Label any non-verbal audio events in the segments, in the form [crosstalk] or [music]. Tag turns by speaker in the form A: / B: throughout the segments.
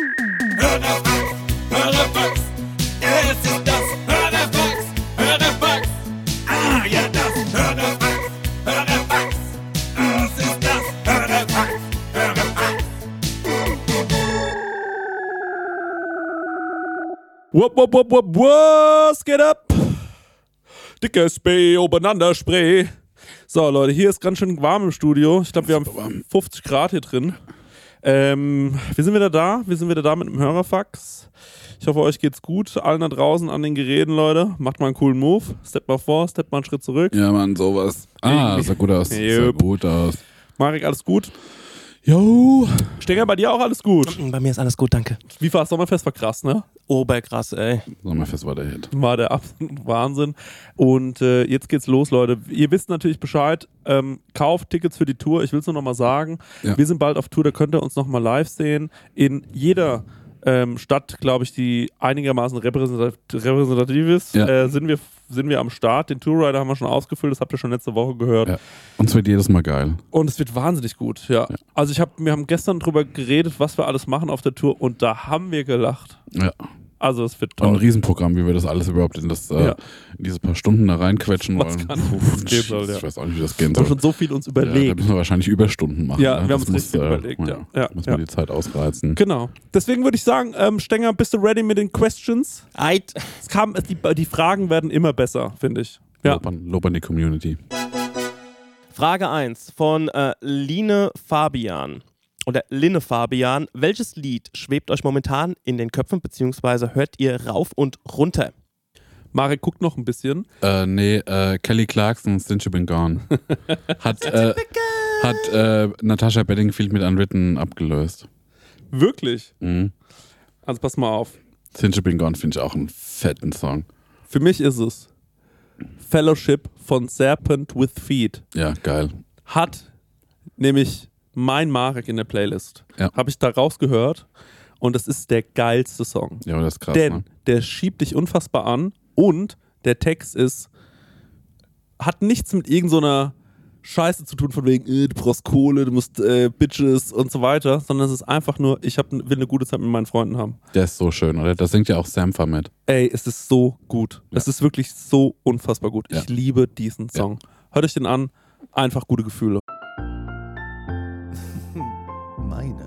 A: Hörnerfax, Hörnerfax, es ist das Hörnerfax, Hörnerfax. Ah, ja, das Hörnerfax, Hörnerfax, es ist das Hörnerfax, Hörnerfax.
B: Wupp, wupp, wupp, wupp, was geht ab? Dickes B, obeneinander Spray. So, Leute, hier ist ganz schön warm im Studio. Ich glaube, wir haben 50 Grad hier drin. Ähm, wir sind wieder da. Wir sind wieder da mit einem Hörerfax. Ich hoffe, euch geht's gut. Allen da draußen an den Geräten, Leute. Macht mal einen coolen Move. Step mal vor, step mal einen Schritt zurück.
C: Ja, Mann, sowas. Ah, das sah gut aus. Das sah
B: Jupp.
C: gut aus.
B: Marek, alles gut?
C: Jo.
B: Stenger, bei dir auch alles gut?
D: Bei mir ist alles gut, danke.
B: Wie war das Sommerfest? War krass, ne?
D: Oberkrass, ey.
C: Sommerfest war der Hit.
B: war der absolute Wahnsinn. Und äh, jetzt geht's los, Leute. Ihr wisst natürlich Bescheid. Ähm, kauft Tickets für die Tour. Ich will's nur nochmal sagen.
C: Ja.
B: Wir sind bald auf Tour, da könnt ihr uns nochmal live sehen. In jeder ähm, Stadt, glaube ich, die einigermaßen repräsentat- repräsentativ ist,
C: Ja.
B: äh, sind, wir, sind wir am Start. Den Tourrider haben wir schon ausgefüllt, das habt ihr schon letzte Woche gehört.
C: Ja. Uns wird jedes Mal geil.
B: Und es wird wahnsinnig gut, ja. Also ich hab, wir haben gestern drüber geredet, was wir alles machen auf der Tour und da haben wir gelacht.
C: Ja.
B: Also es wird
C: Und ein
B: toll.
C: Riesenprogramm, wie wir das alles überhaupt in, das, äh,
B: Ja.
C: in diese paar Stunden da reinquetschen
B: Was
C: wollen.
B: gar nicht, wie das gehen soll, ja.
C: Ich weiß auch nicht, wie das gehen
B: Wir haben
C: soll.
B: schon so viel uns
C: Ja, da
B: überlegt.
C: müssen wir wahrscheinlich Überstunden machen.
B: Ja,
C: ne?
B: wir
C: Das
B: haben uns richtig überlegt, ja. Ja,
C: Muss
B: ja.
C: man die Zeit ausreizen.
B: Genau. Deswegen würde ich sagen, ähm, Stenger, bist du ready mit den Questions?
D: Eid.
B: Es kam, es- die, die Fragen werden immer besser, finde ich. Ja.
C: Lob, an, Lob an die Community.
D: Frage 1 von äh, Line Fabian. Oder Linne Fabian. Welches Lied schwebt euch momentan in den Köpfen, beziehungsweise hört ihr rauf und runter?
B: Marek guckt noch ein bisschen.
C: Äh, nee, äh, Kelly Clarkson, Since You Been
B: [laughs]
C: Gone. Hat, äh, hat äh, Natasha Bedingfield mit Unwritten abgelöst.
B: Wirklich.
C: Mhm.
B: Also pass mal auf.
C: Since You Been Gone finde ich auch einen fetten Song.
B: Für mich ist es Fellowship von Serpent with Feet.
C: Ja, geil.
B: Hat nämlich mein Marek in der Playlist.
C: Ja.
B: Habe ich da rausgehört. Und das ist der geilste Song.
C: Ja, aber das ist krass.
B: Denn
C: ne?
B: der schiebt dich unfassbar an und der Text ist, hat nichts mit irgendeiner Scheiße zu tun, von wegen, äh, du brauchst Kohle, du musst äh, Bitches und so weiter, sondern es ist einfach nur, ich hab, will eine gute Zeit mit meinen Freunden haben.
C: Der ist so schön, oder? Da singt ja auch Sampha mit.
B: Ey, es ist so gut. Es ist wirklich so unfassbar gut.
C: Ja.
B: Ich liebe diesen Song. Hört euch den an, einfach gute Gefühle.
E: Meine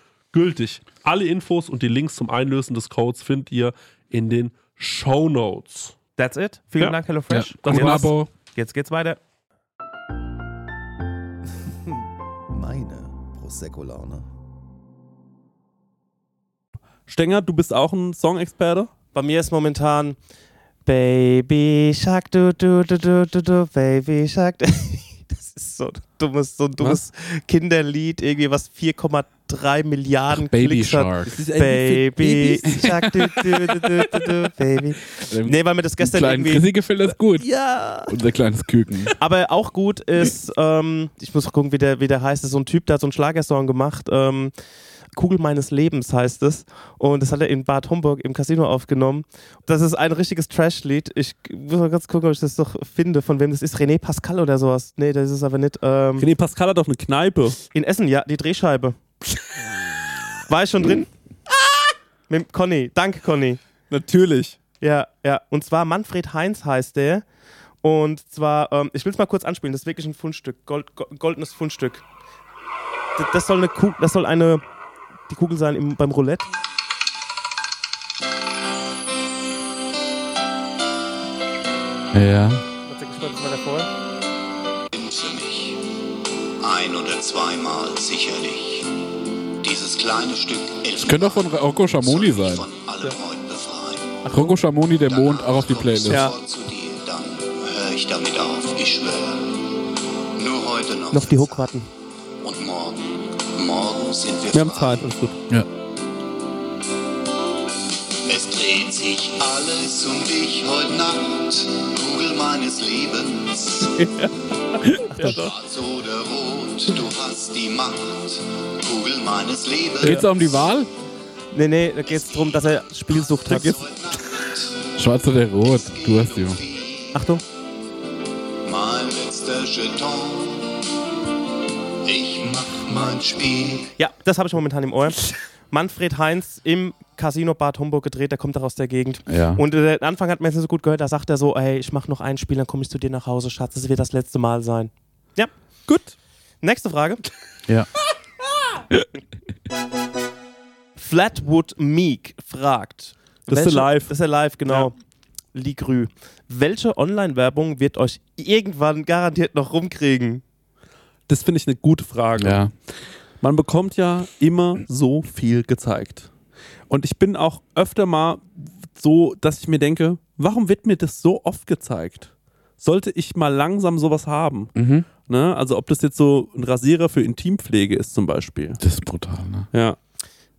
F: gültig. Alle Infos und die Links zum Einlösen des Codes findet ihr in den Show Notes.
G: That's it. Vielen
F: Ja.
G: Dank, HelloFresh.
C: Das
G: Jetzt-
C: ein Abo.
G: Jetzt geht's weiter.
E: Meine Prosecco-Laune.
B: Stenger, du bist auch ein Songexperte.
D: Bei mir ist momentan Baby Shark, du, du, du, du, du, du, Baby Shark. [laughs] Das ist so ein dummes, so ein dummes Kinderlied, irgendwie was 4,3 Milliarden
C: Baby
D: Klicks hat. Äh,
C: Shark.
B: Das ist
D: Baby Shark, du, du, du, du, du, du, Baby. Nee, weil mir das gestern
C: Kleinen
D: irgendwie.
C: Chrissy gefällt das gut.
D: Ja.
C: Unser kleines Küken.
D: Aber auch gut ist, ähm, ich muss gucken, wie der, wie der heißt, Das ist so ein Typ, der hat so einen Schlagersong gemacht, ähm, Kugel meines Lebens heißt es. Und das hat er in Bad Homburg im Casino aufgenommen. Das ist ein richtiges Trash-Lied. Ich muss mal ganz gucken, ob ich das noch finde, von wem das ist. René Pascal oder sowas. Nee, das ist es aber nicht. Ähm,
B: René Pascal hat doch eine Kneipe.
D: in Essen, ja, die Drehscheibe. War ich schon drin? Mit Conny. Danke, Conny.
B: Natürlich.
D: Ja, ja. Und zwar Manfred Heinz heißt der. Und zwar, ähm, ich will es mal kurz anspielen, das ist wirklich ein Fundstück, Gold, go- goldenes Fundstück. D das soll eine Kugel, das soll eine, die Kugel sein im, beim Roulette.
C: Ja.
D: Mal sehen, ich mach das mal davor.
H: für mich. Ein oder zweimal sicherlich. Dieses kleine Stück
C: Das könnte auch von Rocco Schamoni sein.
H: Von allem heute befreien.
C: Rocco Schamoni, der Mond,
H: Danach
C: auch auf die
H: komm ich
C: Playlist.
D: Ja.
H: sofort Zu dir, dann höre ich damit auf, ich schwöre. Nur heute noch.
D: Noch die Hook warten.
H: Und morgen. Morgen sind wir,
B: Wir haben
H: frei.
B: Zeit, alles gut.
H: Es dreht sich alles um dich heute Nacht, Kugel meines Lebens. Schwarz oder rot, du hast die Macht, Kugel meines Lebens.
C: Geht's auch um die Wahl?
D: Nee, nee, da geht's drum, dass er Spielsucht hat.
C: Schwarz oder Rot? Du hast die.
D: Achtung.
H: Mein letzter Jeton, ich mach mein Spiel.
D: Ja, das habe ich
B: [laughs]
D: momentan im Ohr. Manfred Heinz im Casino Bad Homburg gedreht, der kommt doch aus der Gegend.
C: Ja.
D: Und äh, am Anfang hat man es nicht so gut gehört, da sagt er so, ey, ich mache noch ein Spiel, dann komme ich zu dir nach Hause, Schatz, das wird das letzte Mal sein. Ja, gut.
B: [laughs]
D: Nächste Frage.
C: Ja.
D: Flatwood Meek fragt.
B: Das ist alive.
D: Das ist alive, genau. Ligrü. Welche Online-Werbung wird euch irgendwann garantiert noch rumkriegen?
B: Das finde ich eine gute Frage.
C: Ja.
B: Man bekommt ja immer so viel gezeigt. Und ich bin auch öfter mal so, dass ich mir denke, warum wird mir das so oft gezeigt? Sollte ich mal langsam sowas haben?
C: Mhm.
B: Ne? Also ob das jetzt so ein Rasierer für Intimpflege ist zum Beispiel.
C: Das ist brutal, ne?
B: Ja.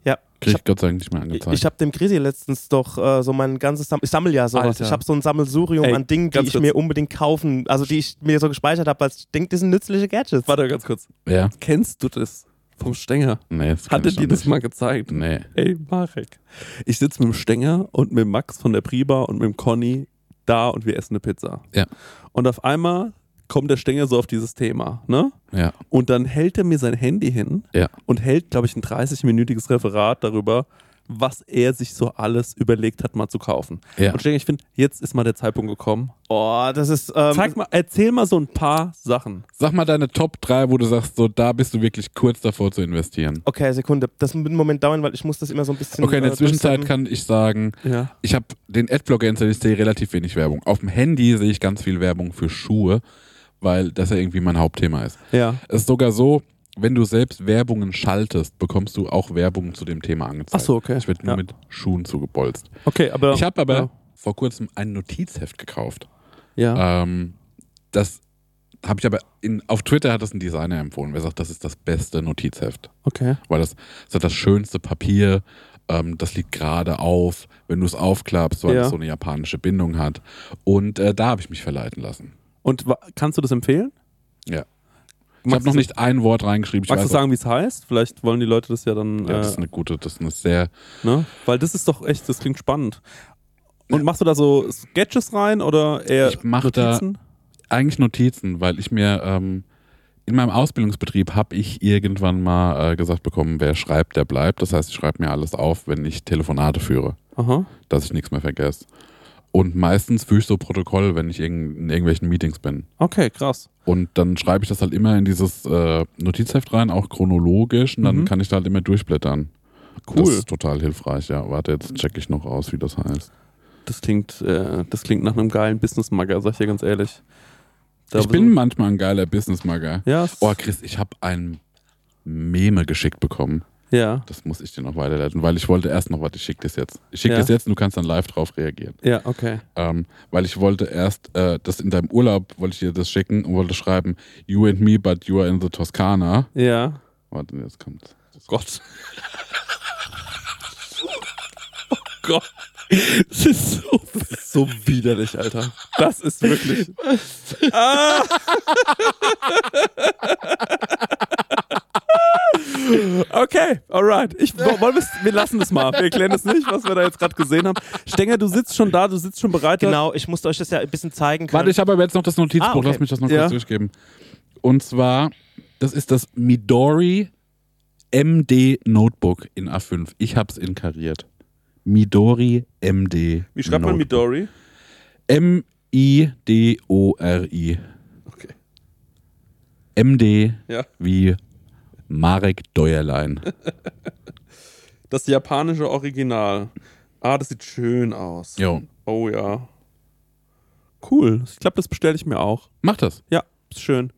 D: Ja,
C: Krieg ich Gott sei Dank nicht mehr angezeigt.
D: Ich habe dem Chrissy letztens doch äh, so mein ganzes Sam Ich sammle ja sowas.
B: Alter.
D: Ich habe so ein Sammelsurium
B: Ey,
D: an Dingen, die
B: ganz
D: ich
B: kurz.
D: mir unbedingt kaufen, also die ich mir so gespeichert habe, weil ich denke, das sind nützliche Gadgets.
B: Warte ganz kurz.
C: ja.
B: Kennst du das vom Stänger?
C: Nee, das kann ich
B: Hattet
C: noch
B: ihr das
C: nicht.
B: mal gezeigt?
C: Nee.
B: Ey, Marek. Ich sitze mit dem Stenger und mit dem Max von der Priba und mit dem Conny da und wir essen eine Pizza.
C: Ja.
B: Und auf einmal kommt der Stenger so auf dieses Thema, ne?
C: Ja.
B: Und dann hält er mir sein Handy hin
C: Ja.
B: und hält, glaube ich, ein 30-minütiges Referat darüber, was er sich so alles überlegt hat, mal zu kaufen.
C: Ja.
B: Und ich denke, ich finde, jetzt ist mal der Zeitpunkt gekommen.
D: Oh, das ist. Ähm,
B: Zeig mal, erzähl mal so ein paar Sachen.
C: Sag mal deine Top 3, wo du sagst, so da bist du wirklich kurz davor zu investieren.
D: Okay, Sekunde. Das wird einen Moment dauern, weil ich muss das immer so ein bisschen.
C: Okay, in der
D: äh,
C: Zwischenzeit
D: durchsetzen.
C: kann ich sagen,
B: Ja.
C: ich habe den Adblocker installiert, ich sehe relativ wenig Werbung. Auf dem Handy sehe ich ganz viel Werbung für Schuhe, weil das ja irgendwie mein Hauptthema ist.
B: Ja.
C: Es ist sogar so, wenn du selbst Werbungen schaltest, bekommst du auch Werbung zu dem Thema angezeigt.
B: Ach so, okay.
C: Ich werde nur
B: Ja.
C: mit Schuhen zugebolzt.
B: Okay, aber.
C: Ich habe aber
B: Ja.
C: vor kurzem ein Notizheft gekauft.
B: Ja.
C: Ähm, das habe ich aber in, auf Twitter hat das ein Designer empfohlen. Wer sagt, das ist das beste Notizheft?
B: Okay.
C: Weil das, das hat das schönste Papier, ähm, das liegt gerade auf, wenn du es aufklappst, weil
B: Ja.
C: es so eine japanische Bindung hat. Und äh, da habe ich mich verleiten lassen.
B: Und wa- kannst du das empfehlen?
C: Ja. Ich habe
B: Magst
C: noch
B: du-
C: nicht ein Wort reingeschrieben. Ich
B: Magst du
C: weiß auch-
B: sagen, wie es heißt? Vielleicht wollen die Leute das ja dann.
C: Ja, das ist
B: äh,
C: eine gute, das ist eine sehr.
B: ne? Weil das ist doch echt, das klingt spannend. Und machst du da so Sketches rein oder eher
C: Ich mach da-
B: Notizen?
C: Eigentlich Notizen, weil ich mir ähm, in meinem Ausbildungsbetrieb habe ich irgendwann mal äh, gesagt bekommen, wer schreibt, der bleibt. Das heißt, ich schreibe mir alles auf, wenn ich Telefonate führe.
B: Aha.
C: dass ich nichts mehr vergesse. Und meistens führe ich so Protokoll, wenn ich irgend- in irgendwelchen Meetings bin.
B: Okay, krass.
C: Und dann schreibe ich das halt immer in dieses äh, Notizheft rein, auch chronologisch, und dann
B: Mhm.
C: kann ich da halt immer durchblättern.
B: Cool.
C: Das ist total hilfreich, ja. Warte, jetzt checke ich noch aus, wie das heißt.
B: Das klingt, äh, das klingt nach einem geilen Business-Magger, sag ich dir ganz ehrlich. Da
C: ich bin manchmal ein geiler Businessmager.
B: Ja. es-
C: Oh, Chris, ich habe ein Meme geschickt bekommen.
B: ja.
C: Das muss ich dir noch weiterleiten, weil ich wollte erst noch, warte, ich schicke das jetzt. Ich schicke
B: Ja.
C: das jetzt und du kannst dann live drauf reagieren.
B: Ja, okay.
C: ähm, weil ich wollte erst äh, das in deinem Urlaub, wollte ich dir das schicken und wollte schreiben, you and me, but you are in the Toskana.
B: Ja.
C: Warte, jetzt kommt's.
B: Gott. Oh Gott. Das ist so, [laughs] so widerlich, Alter. Das ist wirklich. Ah. Okay, alright.
D: [laughs]
B: Ich, wo- wollen wir's, wir lassen das mal. Wir erklären das nicht, was wir da jetzt gerade gesehen haben. Stenger, du sitzt schon da, du sitzt schon bereit.
D: Genau, ich musste euch das ja ein bisschen zeigen können.
C: Warte, ich habe aber jetzt noch das Notizbuch,
D: Ah, okay.
C: lass mich das noch
B: Ja.
C: kurz durchgeben. Und zwar, das ist das Midori MD Notebook in A5. Ich hab's inkariert. Midori MD.
B: Wie schreibt man
C: Notebook.
B: Midori?
C: M-I-D-O-R-I.
B: Okay.
C: MD
B: Ja.
C: wie Marek
B: [laughs]
C: Deuerlein.
B: Das japanische Original. Ah, das sieht schön aus.
C: Jo,
B: Oh ja. Cool. Ich glaube, das bestelle ich mir auch.
C: mach das.
B: Ja, ist schön.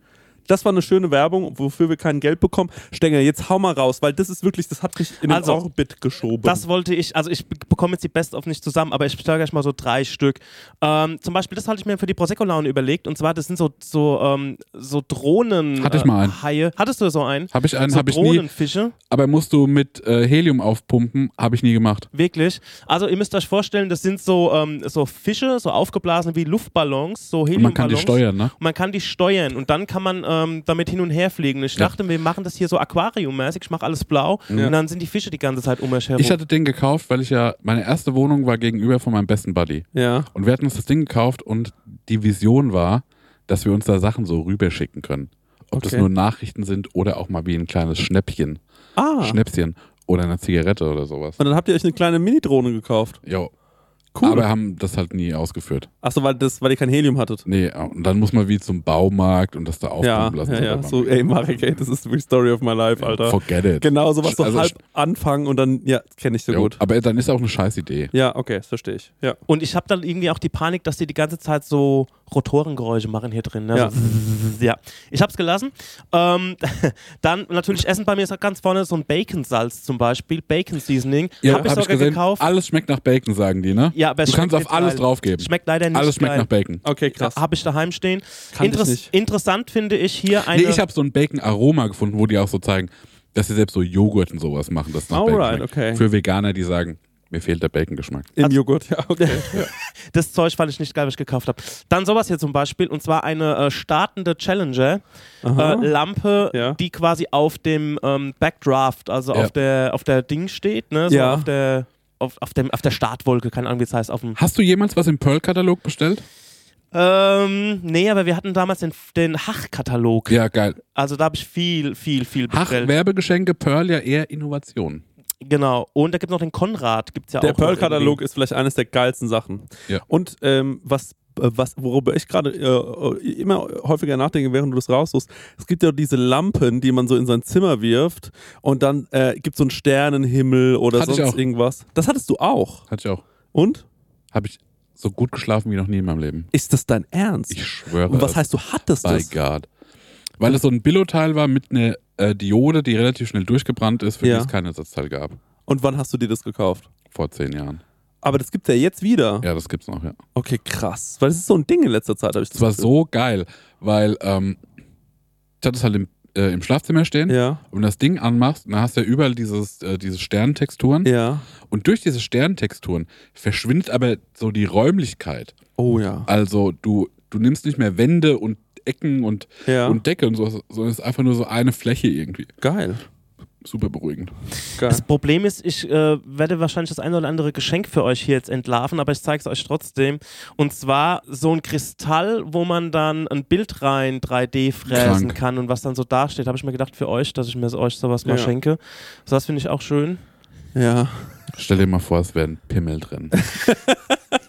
B: Das war eine schöne Werbung, wofür wir kein Geld bekommen. Stenger, jetzt hau mal raus, weil das ist wirklich, das hat mich in den
D: Also,
B: Orbit geschoben.
D: Das wollte ich, also ich be- bekomme jetzt die Best of nicht zusammen, aber ich steige euch mal so drei Stück. Ähm, zum Beispiel, das hatte ich mir für die Prosecco-Laune überlegt und zwar, das sind so, so, ähm, so Drohnen.
C: Hatte ich
D: äh,
C: mal einen.
D: Haie. Hattest du so einen?
C: Habe ich einen,
D: so
C: habe ich nie.
D: Drohnenfische,
C: Aber musst du mit äh, Helium aufpumpen, habe ich nie gemacht.
D: wirklich. Also ihr müsst euch vorstellen, das sind so, ähm, so Fische, so aufgeblasen wie Luftballons, so Heliumballons.
C: Und man kann die steuern, ne?
D: Und man kann die steuern und dann kann man ähm, damit hin und her fliegen. Ich
C: Ja.
D: dachte, wir machen das hier so aquariummäßig, ich mache alles blau und dann sind die Fische die ganze Zeit um euch herum.
C: Ich hatte den gekauft, weil ich ja, meine erste Wohnung war gegenüber von meinem besten Buddy.
B: ja.
C: Und wir hatten uns das Ding gekauft und die Vision war, dass wir uns da Sachen so rüberschicken können. Ob das
B: Okay.
C: nur Nachrichten sind oder auch mal wie ein kleines Schnäppchen.
B: Ah.
C: Schnäpschen oder eine Zigarette oder sowas.
B: Und dann habt ihr euch eine kleine Mini-Drohne gekauft.
C: Jo.
B: Cool.
C: Aber haben das halt nie ausgeführt.
B: Achso, weil, das, weil ihr kein Helium hattet.
C: Nee, und dann muss man wie zum Baumarkt und das da aufpumpen
B: Ja,
C: lassen.
B: ja, ja. So, ey, Marek, ey, das ist the story of my life, Alter.
C: Forget it.
B: Genau, sowas so
C: Also,
B: halb anfangen und dann, ja, kenne ich so
C: Jo,
B: gut.
C: Aber dann ist auch eine scheiß Idee.
B: Ja, okay, das verstehe ich. Ja.
D: Und ich habe dann irgendwie auch die Panik, dass die die ganze Zeit so Rotorengeräusche machen hier drin. Ne?
B: Ja.
D: So ja. Ich habe es gelassen. Ähm, [laughs] dann natürlich Essen bei mir ist auch ganz vorne so ein Bacon-Salz zum Beispiel, Bacon-Seasoning.
C: Ja,
D: habe ich
C: hab
D: sogar
C: gesehen.
D: gekauft.
C: Alles schmeckt nach Bacon, sagen die, ne?
D: Ja, aber es
C: du kannst
D: schmeckt
C: auf
D: nicht
C: alles
D: geil.
C: draufgeben.
D: Schmeckt leider nicht.
C: alles schmeckt
D: geil.
C: nach Bacon.
B: Okay, krass.
D: Habe ich daheim stehen.
B: Kann ich nicht.
D: Interessant finde ich hier eine.
C: Nee, ich habe so ein Bacon-Aroma gefunden, wo die auch so zeigen, dass sie selbst so Joghurt und sowas machen, das nach Bacon
B: Alright,
C: schmeckt.
B: okay.
C: Für Veganer, die sagen, mir fehlt der Bacon-Geschmack.
B: Im
C: [laughs]
B: Joghurt, ja, okay.
D: das Zeug fand ich nicht geil, was ich gekauft habe. Dann sowas hier zum Beispiel, und zwar eine äh, startende Challenger-Lampe,
B: Ja.
D: die quasi auf dem ähm, Backdraft, also
C: Ja.
D: auf, der, auf der Ding steht, ne? So
B: Ja.
D: auf der. Auf, auf, dem, auf der Startwolke, keine Ahnung, wie es heißt, auf dem.
C: Hast du jemals was im Pearl-Katalog bestellt?
D: Ähm, nee, aber wir hatten damals den, den Hach-Katalog.
C: Ja, geil.
D: Also da habe ich viel, viel, viel
C: Hach,
D: bestellt.
C: Werbegeschenke, Pearl ja eher Innovation.
D: Genau. Und da gibt es noch den Konrad. Gibt's ja
B: Der
D: auch noch
B: Pearl-Katalog ist vielleicht eines der geilsten Sachen.
C: Ja.
B: Und ähm, was, äh, was, worüber ich gerade äh, immer häufiger nachdenke, während du das raussuchst, es gibt ja diese Lampen, die man so in sein Zimmer wirft und dann äh, gibt es so einen Sternenhimmel oder
C: Hatte ich
B: sonst
C: auch.
B: irgendwas. Das hattest du auch.
C: Hatte ich auch.
B: Und?
C: Habe ich so gut geschlafen wie noch nie in meinem Leben.
B: Ist das dein Ernst?
C: Ich schwöre.
B: und was
C: es.
B: heißt, du hattest
C: By
B: das?
C: God. Weil es so ein Billo-Teil war mit einer äh, Diode, die relativ schnell durchgebrannt ist, für
B: Ja.
C: die es kein Ersatzteil gab.
B: Und wann hast du dir das gekauft?
C: Vor zehn Jahren.
B: Aber das gibt's ja jetzt wieder.
C: Ja, das gibt's noch, ja.
B: Okay, krass. Weil das ist so ein Ding in letzter Zeit, habe ich das
C: Es war
B: Gefühl.
C: so geil, weil ähm, ich hatte es halt im, äh, im Schlafzimmer stehen
B: Ja,
C: und wenn du das Ding anmachst, dann hast du ja überall dieses, äh, diese Sterntexturen.
B: ja.
C: Und durch diese Sterntexturen verschwindet aber so die Räumlichkeit.
B: Oh ja.
C: Also du, du nimmst nicht mehr Wände und Ecken und,
B: Ja.
C: und Decke und so, sondern es ist einfach nur so eine Fläche irgendwie.
B: Geil.
C: Super beruhigend.
B: Geil.
D: Das Problem ist, ich äh, werde wahrscheinlich das eine oder andere Geschenk für euch hier jetzt entlarven, aber ich zeige es euch trotzdem. Und zwar so ein Kristall, wo man dann ein Bild rein 3D fräsen
C: Krank.
D: kann und was dann so dasteht. Habe ich mir gedacht für euch, dass ich mir so- euch sowas mal
B: Ja.
D: schenke. So, das finde ich auch schön.
B: Ja.
C: Stell dir mal vor, es wären Pimmel
D: [laughs]
C: drin.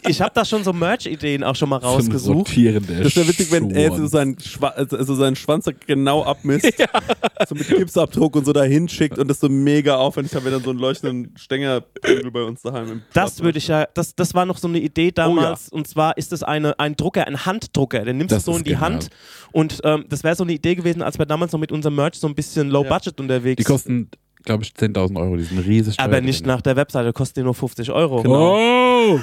D: Ich habe da schon so Merch-Ideen auch schon mal
C: So ein
D: rausgesucht.
C: rotierender
B: Das wäre witzig, wenn er jetzt so
C: Schwanz.
B: seinen, Schwa also so seinen Schwanz so genau
D: [laughs]
B: abmisst, so mit Gipsabdruck und so dahin schickt und das so mega aufwendig, haben wir dann so einen leuchtenden Stängerprügel bei uns daheim im
D: Das würde ich ja, das, das war noch so eine
C: Oh
D: Idee damals. Und zwar ist es eine, ein Drucker, ein Handdrucker. Den nimmst
C: Das
D: du so
C: ist
D: in die
C: genial.
D: Hand. Und ähm, das wäre so eine Idee gewesen, als wir damals noch mit unserem Merch so ein bisschen low budget unterwegs
C: Die kosten, glaube ich, 10.000 Euro. Die sind riesig.
D: Aber
C: teuer, die
D: nicht
C: Dinger.
D: nach Genau. der Webseite, kostet die nur 50 Euro.
C: Oh!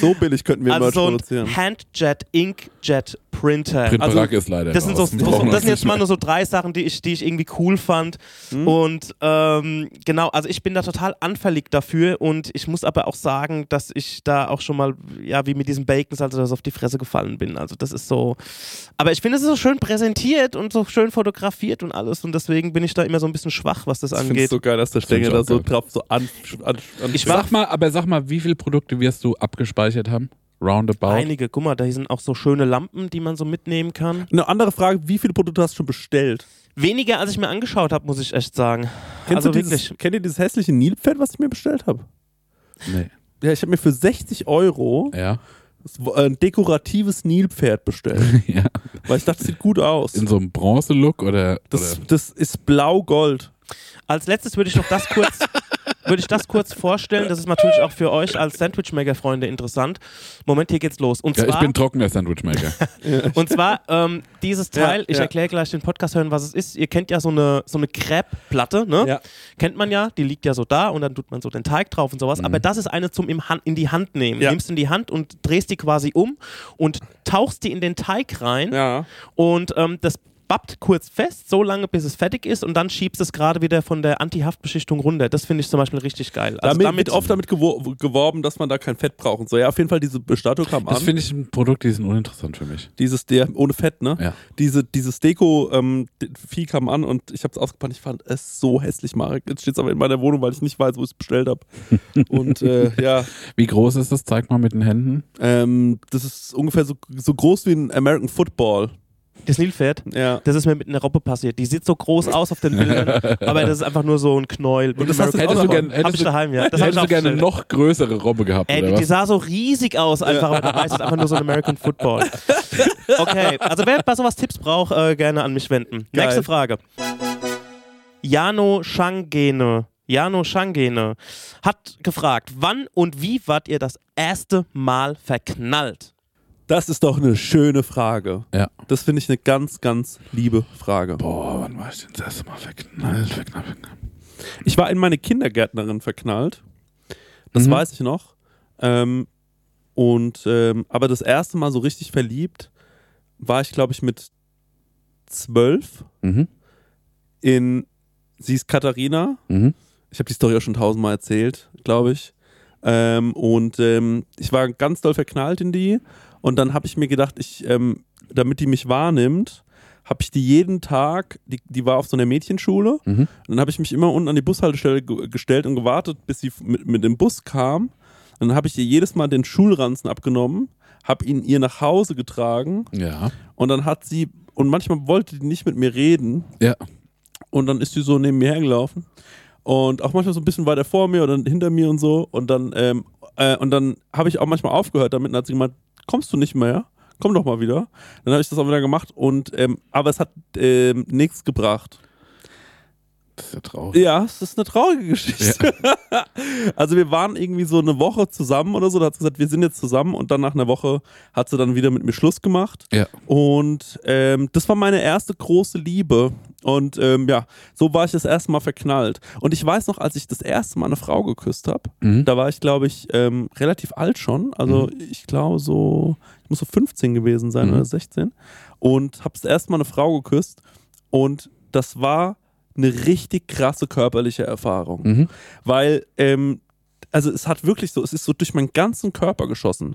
B: So billig könnten wir
D: Also
B: Merch
D: so
B: produzieren.
D: ein Handjet, Inkjet Printer.
C: Printverlag
B: Also,
C: ist leider
D: das sind, so,
C: raus. Wir brauchen
D: das sind
C: uns
D: jetzt mal
C: nicht
D: nur so drei Sachen, die ich, die ich irgendwie cool fand. Und ähm, genau, also ich bin da total anfällig dafür und ich muss aber auch sagen, dass ich da auch schon mal, ja, wie mit diesem Bacon, also das auf die Fresse gefallen bin. Also das ist so. Aber ich finde, es ist so schön präsentiert und so schön fotografiert und alles. Und deswegen bin ich da immer so ein bisschen schwach, was das
B: Ich finde es
D: angeht.
B: so geil, dass der Stängel
C: Find ich
B: da
C: auch
B: so
C: geil.
B: drauf so an. an, an
D: Ich
C: mehr.
D: war-
C: Sag mal, aber sag mal, wie viele Produkte wirst du abgespeichert haben? Roundabout?
D: Einige, guck mal, da sind auch so schöne Lampen, die man so mitnehmen kann.
B: eine andere Frage, wie viele Produkte hast du schon bestellt?
D: Weniger, als ich mir angeschaut habe, muss ich echt sagen.
B: Kennst
D: also
B: du dieses,
D: wirklich.
B: kennt ihr dieses hässliche Nilpferd, was ich mir bestellt habe?
C: Nee.
B: Ja, ich habe mir für 60 Euro
C: Ja.
B: das- äh, ein dekoratives Nilpferd bestellt,
C: [laughs] ja.
B: weil ich dachte, das sieht gut aus.
C: In so einem Bronze-Look oder.
B: Das,
C: oder
B: das ist blau-gold.
D: Als letztes würde ich noch
B: [laughs]
D: das kurz, würde ich das kurz vorstellen. Das ist natürlich auch für euch als Sandwich-Maker-Freunde interessant. Moment, hier geht's los. Und
C: ja, ich
D: zwar,
C: bin trockener Sandwichmaker.
D: [laughs] und zwar ähm, dieses
B: Ja,
D: Teil, ich
B: ja.
D: erkläre gleich den Podcast hören, was es ist. Ihr kennt ja so eine, so eine Crepe-Platte, ne?
B: Ja.
D: Kennt man ja, die liegt ja so da und dann tut man so den Teig drauf und sowas. Aber das ist eine zum im Hand, in die Hand nehmen.
B: Mhm. Ja.
D: Nimmst in die Hand und drehst die quasi um und tauchst die in den Teig rein.
B: Ja.
D: Und ähm, das bappt kurz fest, so lange, bis es fertig ist und dann schiebst es gerade wieder von der Antihaftbeschichtung runter. Das finde ich zum Beispiel richtig geil. Also
B: damit, wird oft damit gewor geworben, dass man da kein Fett brauchen soll. Ja, auf jeden Fall diese Bestattung kam
C: Das
B: an.
C: finde ich ein Produkt, die sind uninteressant für mich.
B: Dieses der ohne Fett, ne?
C: Ja.
B: Diese dieses Deko ähm, D- Vieh kam an und ich habe es ausgepackt. Ich fand es so hässlich, Marek. Jetzt steht es aber in meiner Wohnung, weil ich nicht weiß, wo ich es bestellt habe. und äh, ja,
C: Wie groß ist das? Zeig mal mit den Händen.
B: ähm, das ist ungefähr so, so groß wie ein American Football.
D: das Nilpferd.
B: Ja.
D: Das ist mir mit einer Robbe passiert. Die sieht so groß aus auf den Bildern, aber das ist einfach nur so ein Knäuel. Und
B: das hast du
C: auch noch- hättest
D: Hab ich
C: du-
D: daheim, ja. Das hab ich
C: Hättest du
D: auch
C: gerne
D: bestellt.
C: noch größere Robbe gehabt,
D: Ey,
C: oder
D: die, die
C: was?
D: sah so riedig aus einfach, aber dabei ist es einfach nur so ein American Football. Okay, also wer bei sowas Tipps braucht, äh, gerne an mich wenden.
B: Geil.
D: Nächste Frage. Jano Schangene. Jano Schangene hat gefragt, wann und wie wart ihr das erste Mal verknallt?
B: Das ist doch eine schöne Frage.
C: Ja.
B: Das finde ich eine ganz, ganz liebe Frage.
C: Boah, wann war ich denn das erste Mal verknallt? Verknallt, verknallt.
B: Ich war in meine Kindergärtnerin verknallt. Das
C: Mhm.
B: weiß ich noch. Ähm, und ähm, aber das erste Mal so richtig verliebt war ich, glaube ich, mit zwölf
C: Mhm.
B: in sie ist Katharina.
C: Mhm.
B: Ich habe die Story auch schon tausendmal erzählt, glaube ich. Ähm, und ähm, ich war ganz doll verknallt in die. Und dann habe ich mir gedacht, ich, ähm, damit die mich wahrnimmt, habe ich die jeden Tag, die, die war auf so einer Mädchenschule,
C: Mhm.
B: und dann habe ich mich immer unten an die Bushaltestelle ge gestellt und gewartet, bis sie f- mit, mit dem Bus kam. Und dann habe ich ihr jedes Mal den Schulranzen abgenommen, habe ihn ihr nach Hause getragen
C: Ja.
B: und dann hat sie, und manchmal wollte die nicht mit mir reden.
C: Ja.
B: Und dann ist sie so neben mir hergelaufen. und auch manchmal so ein bisschen weiter vor mir oder hinter mir und so. Und dann, ähm, äh, und dann habe ich auch manchmal aufgehört damit und hat sie gemeint, kommst du nicht mehr? Komm doch mal wieder. Dann habe ich das auch wieder gemacht und ähm, aber es hat ähm, nichts gebracht.
C: Das ist ja traurig.
B: Ja, es ist eine traurige Geschichte. [laughs] also wir waren irgendwie so eine Woche zusammen oder so. Da hat sie gesagt, wir sind jetzt zusammen und dann nach einer Woche hat sie dann wieder mit mir Schluss gemacht.
C: Ja.
B: Und ähm, das war meine erste große Liebe. Und ähm, ja, so war ich das erste Mal verknallt. Und ich weiß noch, als ich das erste Mal eine Frau geküsst habe,
C: Mhm.
B: da war ich, glaube ich, ähm, relativ alt schon. Also ich glaube so, ich muss so 15 gewesen sein
C: Mhm.
B: oder 16. Und habe das erste Mal eine Frau geküsst. Und das war eine richtig krasse körperliche Erfahrung.
C: Mhm.
B: Weil, ähm, also es hat wirklich so, es ist so durch meinen ganzen Körper geschossen.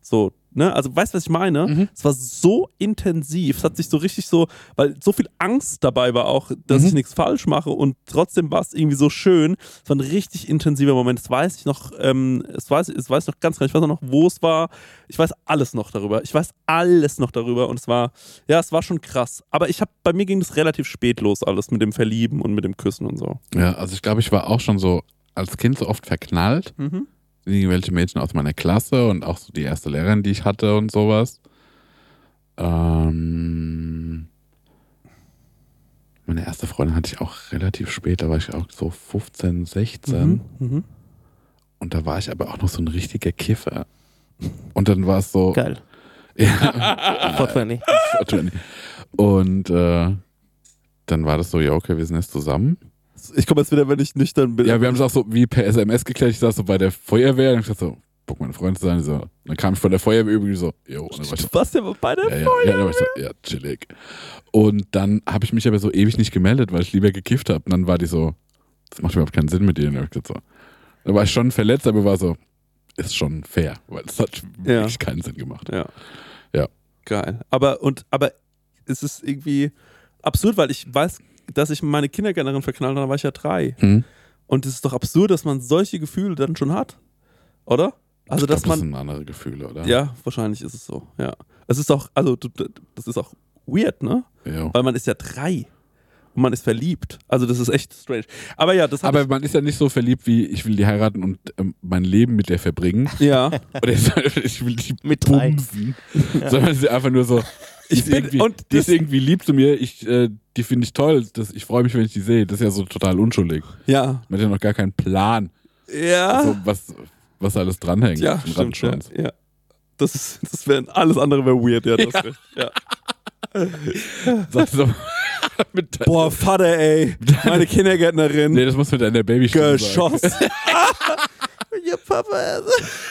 B: So, ne? Also weißt du, was ich meine?
C: Mhm.
B: Es war so intensiv. Es hat sich so richtig so, weil so viel Angst dabei war auch, dass
C: Mhm.
B: ich nichts falsch mache und trotzdem war es irgendwie so schön. Es war ein richtig intensiver Moment. Das weiß ich noch, ähm, es weiß, es weiß ich noch ganz genau. Ich weiß auch noch, wo es war. Ich weiß alles noch darüber. Ich weiß alles noch darüber und es war, ja, es war schon krass. Aber ich habe, bei mir ging das relativ spät los alles mit dem Verlieben und mit dem Küssen und so.
C: Ja, also ich glaube, ich war auch schon so als Kind so oft verknallt.
B: Mhm.
C: irgendwelche Mädchen aus meiner Klasse und auch so die erste Lehrerin, die ich hatte und sowas. Ähm, meine erste Freundin hatte ich auch relativ spät, da war ich auch so 15, 16.
B: Mhm.
C: Und da war ich aber auch noch so ein richtiger Kiffer. Und dann war es so.
D: [laughs] Geil. Fort Fanny.
C: und äh, dann war das so, ja, okay, wir sind jetzt zusammen.
B: Ich komme jetzt wieder, wenn ich nüchtern bin.
C: Ja, wir haben es auch so wie per SMS geklärt. Ich saß so bei der Feuerwehr und ich dachte so, guck meine Freunde sein. So. Dann kam ich von der Feuerwehr übrigens so, jo, und dann war ich so,
B: Was ja bei der
C: ja, ja, ja, dann war ich so, ja, chillig. Und dann habe ich mich aber so ewig nicht gemeldet, weil ich lieber gekifft habe. Und dann war die so, das macht überhaupt keinen Sinn mit dir. Und dann hab ich gesagt so. Da war ich schon verletzt, aber war so, ist schon fair, weil es hat wirklich keinen Sinn gemacht.
B: Ja.
C: Ja.
B: Geil. Aber, und, aber es ist irgendwie absurd, weil ich weiß, dass ich meine Kindergärtnerin verknallt habe, da war ich ja drei.
C: Hm?
B: Und es ist doch absurd, dass man solche Gefühle dann schon hat. Oder? Also,
C: Ich glaub,
B: dass
C: das
B: man.
C: sind andere Gefühle, oder?
B: ja, wahrscheinlich ist es so. Ja. Es ist auch, also, du- du- das ist auch weird, ne?
C: Jo.
B: Weil man ist ja drei. Und man ist verliebt. Also, das ist echt strange. Aber ja, das hat.
C: Aber man ist ja nicht so verliebt wie, ich will die heiraten und ähm, mein Leben mit der
B: [laughs]
C: verbringen.
B: ja.
C: Oder ich will die
D: Mit drei.
C: bumsen. Sondern sie einfach nur
B: [laughs]
C: so. Ich
B: bin-
C: irgendwie,
B: und
C: die ist
B: das-
C: irgendwie lieb zu mir, ich, äh, die finde ich toll, das, ich freue mich, wenn ich die sehe. Das ist ja so total unschuldig.
B: Ja.
C: Man hat ja noch gar keinen Plan,
B: Ja.
C: so, was, was da alles dranhängt.
B: Ah. Ja,
C: zum
B: stimmt, ja,
C: Rattenschwanz.
B: ja. Das ist, das wäre alles andere wäre weird, ja, das Recht. Ja.
C: Sag
B: [laughs]
C: so, mit de-
B: Boah, Vater, ey, meine Kindergärtnerin.
C: nee, das muss mit deiner Baby sagen.
B: Geschoss.
C: [laughs]
B: Ihr Papa ist.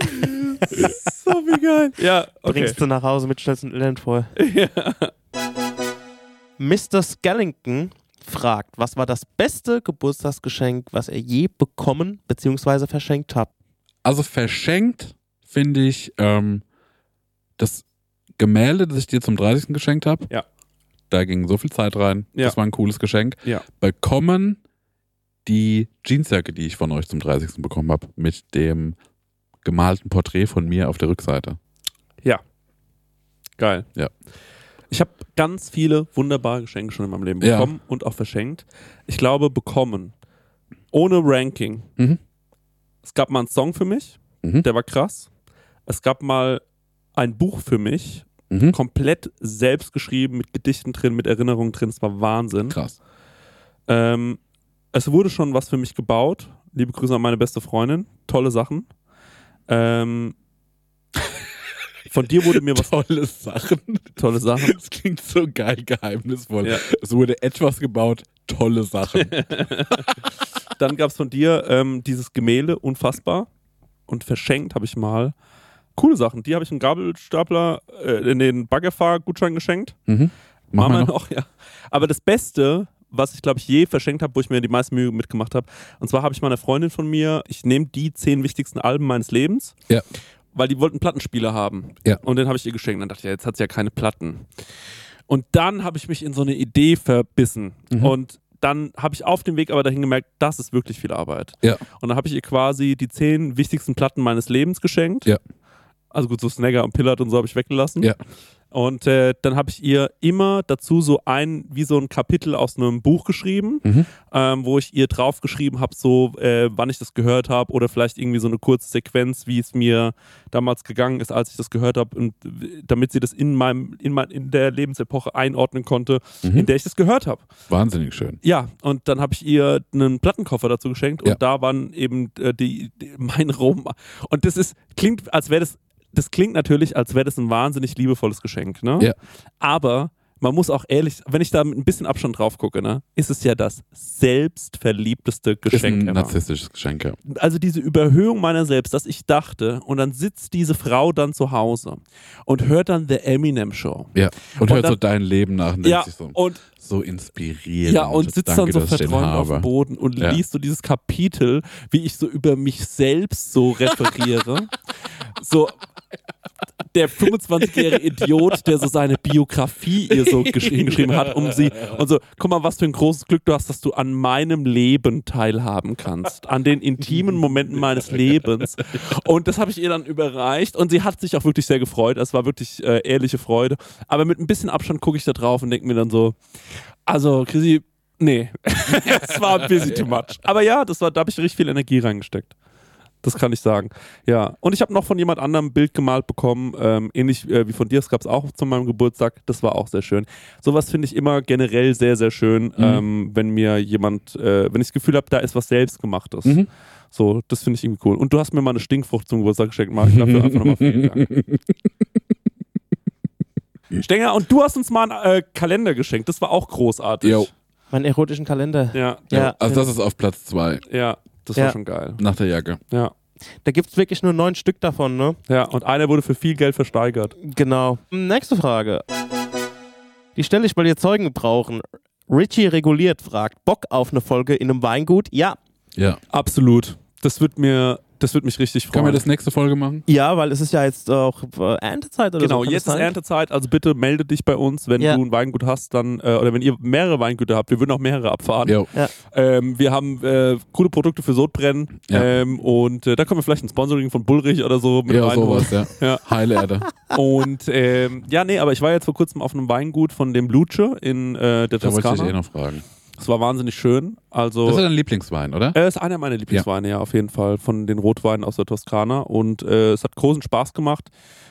B: so wie geil. Ja, okay.
D: Bringst du nach Hause mit schnellstem Elend voll. Mr. Skellington fragt, was war das beste Geburtstagsgeschenk, was er je bekommen bzw. verschenkt hat?
C: Also verschenkt finde ich ähm, das Gemälde, das ich dir zum 30. geschenkt habe.
B: Ja.
C: Da ging so viel Zeit rein.
B: Ja.
C: Das war ein cooles Geschenk.
B: Ja.
C: Bekommen die Jeansjacke, die ich von euch zum 30. bekommen habe, mit dem gemalten Porträt von mir auf der Rückseite.
B: Geil.
C: Ja.
B: Ich habe ganz viele wunderbare Geschenke schon in meinem Leben
C: Ja.
B: bekommen und auch verschenkt. Ich glaube, bekommen. Ohne Ranking.
C: Mhm.
B: Es gab mal einen Song für mich,
C: Mhm.
B: der war krass. Es gab mal ein Buch für mich,
C: Mhm.
B: komplett selbst geschrieben, mit Gedichten drin, mit Erinnerungen drin. Es war Wahnsinn.
C: Krass.
B: Ähm, es wurde schon was für mich gebaut. Liebe Grüße an meine beste Freundin. Tolle Sachen. Ähm, von dir wurde mir was.
C: Tolle Sachen.
B: Tolle Sachen.
C: Das klingt so geil geheimnisvoll.
B: Ja.
C: Es wurde etwas gebaut, tolle Sachen.
B: [laughs] Dann gab es von dir ähm, dieses Gemälde, unfassbar. Und verschenkt habe ich mal coole Sachen. Die habe ich einen Gabelstapler äh, in den Baggerfahrgutschein geschenkt.
C: mhm. Mach mal noch.
B: ja. Aber das Beste, was ich glaube ich je verschenkt habe, wo ich mir die meiste Mühe mitgemacht habe, und zwar habe ich meiner Freundin von mir, ich nehme die zehn wichtigsten Alben meines Lebens.
C: Ja.
B: Weil die wollten Plattenspieler haben.
C: Ja.
B: Und den habe ich ihr geschenkt. Dann dachte ich, ja, jetzt hat sie ja keine Platten. Und dann habe ich mich in so eine Idee verbissen.
C: Mhm.
B: Und dann habe ich auf dem Weg aber dahin gemerkt, das ist wirklich viel Arbeit.
C: Ja.
B: Und dann habe ich ihr quasi die zehn wichtigsten Platten meines Lebens geschenkt.
C: Ja.
B: Also gut, so Snagger und Pillard und so habe ich weggelassen.
C: Ja.
B: Und äh, dann habe ich ihr immer dazu so ein, wie so ein Kapitel aus einem Buch geschrieben,
C: Mhm.
B: ähm, wo ich ihr draufgeschrieben habe, so äh, wann ich das gehört habe oder vielleicht irgendwie so eine kurze Sequenz, wie es mir damals gegangen ist, als ich das gehört habe, und w- damit sie das in meinem, in, mein, in der Lebensepoche einordnen konnte, in der ich das gehört habe.
C: Mhm. Wahnsinnig schön.
B: Ja, und dann habe ich ihr einen Plattenkoffer dazu geschenkt und
C: Ja.
B: da waren eben äh, die, die mein Rom. Und das ist klingt, als wäre das das klingt natürlich, als wäre das ein wahnsinnig liebevolles Geschenk, ne?
C: Ja.
B: Aber man muss auch ehrlich, wenn ich da mit ein bisschen Abstand drauf gucke, ne, ist es ja das selbstverliebteste
C: Ist ein
B: Geschenk ever
C: narzisstisches Geschenk, ja.
B: also diese Überhöhung meiner selbst, dass ich dachte, und dann sitzt diese Frau dann zu Hause und hört dann The Eminem Show.
C: ja. Und,
B: Und
C: hört
B: dann-
C: so dein Leben nach und denkt
B: Ja,
C: sich so,
B: und,
C: so inspirierend.
B: ja, und sitzt
C: Danke,
B: dann so
C: dass ich den
B: verträumt auf
C: habe.
B: dem Boden und
C: Ja.
B: liest so dieses Kapitel, wie ich so über mich selbst so referiere. so der 25-jährige Idiot, der so seine Biografie ihr so gesch hingeschrieben hat, um sie und so, guck mal, was für ein großes Glück du hast, dass du an meinem Leben teilhaben kannst, an den intimen Momenten meines Lebens. Und das habe ich ihr dann überreicht und sie hat sich auch wirklich sehr gefreut. Es war wirklich äh, ehrliche Freude. Aber mit ein bisschen Abstand gucke ich da drauf und denke mir dann so, also Chrissy, nee, es war ein bisschen too much. Aber ja, das war, da habe ich richtig viel Energie reingesteckt. Das kann ich sagen. Ja, und ich habe noch von jemand anderem ein Bild gemalt bekommen, ähm, ähnlich äh, wie von dir. Das gab es auch zu meinem Geburtstag. Das war auch sehr schön. Sowas finde ich immer generell sehr, sehr schön, ähm, wenn mir jemand, äh, wenn ich das Gefühl habe, da ist was Selbstgemachtes. So, das finde ich irgendwie cool. Und du hast mir mal eine Stinkfrucht zum Geburtstag geschenkt, Marc. Dafür einfach nochmal vielen Dank. Stenger, und du hast uns mal einen äh, Kalender geschenkt. Das war auch großartig.
C: Jo.
D: Meinen erotischen Kalender.
B: Ja,
D: Ja,
C: Also das ist auf Platz zwei
B: ja, das
D: Ja.
B: war schon geil.
C: nach der Jacke.
B: Ja,
D: da gibt es wirklich nur neun Stück davon, ne?
B: ja, und einer wurde für viel Geld versteigert.
D: Genau. Nächste Frage. Die stelle ich, weil ihr Zeugen brauchen. Richie reguliert fragt, Bock auf eine Folge in einem Weingut? Ja.
C: Ja.
B: Absolut. Das wird mir, das wird mich richtig freuen.
C: Können wir das nächste Folge machen?
D: Ja, weil es ist ja jetzt auch äh, Erntezeit oder so.
B: genau,
D: kann
B: jetzt
D: das
B: ist
D: sein?
B: Erntezeit, also bitte melde dich bei uns, wenn
D: Ja.
B: du ein Weingut hast, dann, äh, oder wenn ihr mehrere Weingüter habt, wir würden auch mehrere abfahren.
C: Jo.
B: Ähm, wir haben äh, coole Produkte für Sodbrennen
C: Ja.
B: ähm, und äh, da können wir vielleicht ein Sponsoring von Bullrich oder so mit
C: Ja,
B: reinholen.
C: sowas, ja.
B: Ja.
C: Heile Erde.
B: Und ähm, ja, nee, aber ich war jetzt vor kurzem auf einem Weingut von dem Luce in äh, der
C: Da wollte ich dich
B: Toskana.
C: eh noch fragen.
B: Das war wahnsinnig schön. Also
C: Das ist dein Lieblingswein, oder?
B: Äh, ist einer meiner Lieblingsweine, ja. auf jeden Fall, von den Rotweinen aus der Toskana. Und äh, es hat großen Spaß gemacht.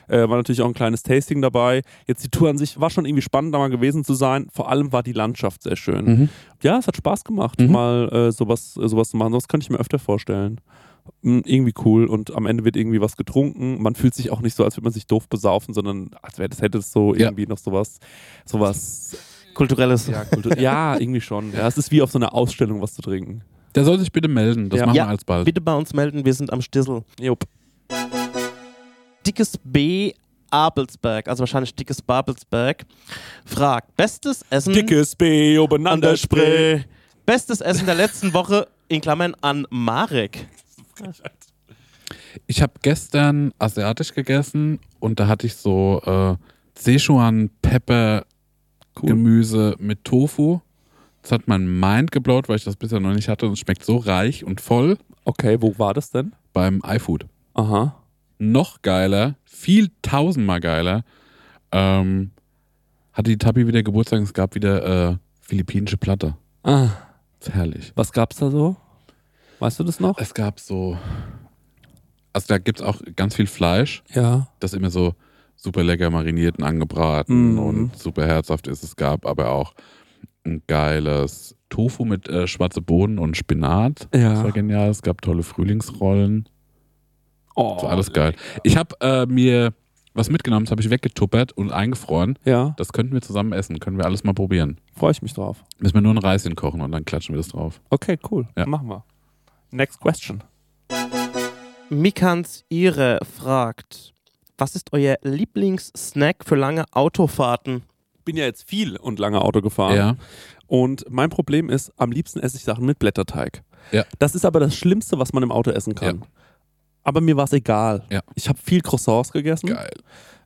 B: Äh, war natürlich auch ein kleines Tasting dabei. Jetzt die Tour an sich war schon irgendwie spannend, da mal gewesen zu sein. Vor allem war die Landschaft sehr schön. Ja, es hat Spaß gemacht, mal äh, sowas, äh, sowas zu machen. Das könnte ich mir öfter vorstellen. Mm, Irgendwie cool und am Ende wird irgendwie was getrunken. Man fühlt sich auch nicht so, als würde man sich doof besaufen, sondern als wäre das hätte es so
C: Ja.
B: irgendwie noch sowas, sowas.
D: Kulturelles.
B: Ja, Kultur [laughs] ja, irgendwie schon. Ja, es ist wie auf so einer Ausstellung was zu trinken.
C: Der soll sich bitte melden. Das
B: Ja.
C: machen
D: Ja.
C: wir alsbald.
D: Bitte bei uns melden, wir sind am Stissel.
B: Jupp.
D: Dickes B. Abelsberg, also wahrscheinlich Dickes Babelsberg, fragt: Bestes Essen.
B: Dickes B
D: an
B: obeinander
D: der
B: Spray.
D: Spree. Bestes Essen der letzten Woche, in Klammern an Marek.
C: Ich habe gestern asiatisch gegessen und da hatte ich so äh, Sichuan Pepper Gemüse mit Tofu. Das hat mein Mind geblowt, weil ich das bisher noch nicht hatte und es schmeckt so reich und voll
B: Okay, wo war das denn?
C: beim iFood.
B: Aha.
C: Noch geiler, viel tausendmal geiler. Ähm, hatte die Tabi wieder Geburtstag und es gab wieder äh, philippinische Platte.
B: Ah,
C: Das ist herrlich.
B: was gab's da so? Weißt du das noch?
C: Es gab so. Also da gibt es auch ganz viel Fleisch.
B: Ja.
C: das immer so super lecker mariniert und angebraten
B: Mhm.
C: und super herzhaft ist. Es gab aber auch ein geiles Tofu mit äh, schwarze Bohnen und Spinat. Das
B: Ja.
C: war genial. Es gab tolle Frühlingsrollen.
B: Oh.
C: Das war alles geil. Ich habe äh, mir was mitgenommen, das habe ich weggetuppert und eingefroren.
B: Ja,
C: Das könnten wir zusammen essen. Können wir alles mal probieren.
B: freue ich mich drauf.
C: Müssen wir nur ein Reis hinkochen und dann klatschen wir das drauf.
B: Okay, cool.
C: Ja.
B: Machen wir. Next question.
D: Mikans Ire fragt: Was ist euer Lieblingssnack für lange
C: [laughs]
D: Autofahrten?
B: Bin ja jetzt viel und lange Auto gefahren.
C: Ja.
B: Und mein Problem ist, am liebsten esse ich Sachen mit Blätterteig.
C: Ja.
B: Das ist aber das Schlimmste, was man im Auto essen kann.
C: Ja.
B: Aber mir war es egal.
C: Ja.
B: Ich habe viel Croissants gegessen.
C: Geil.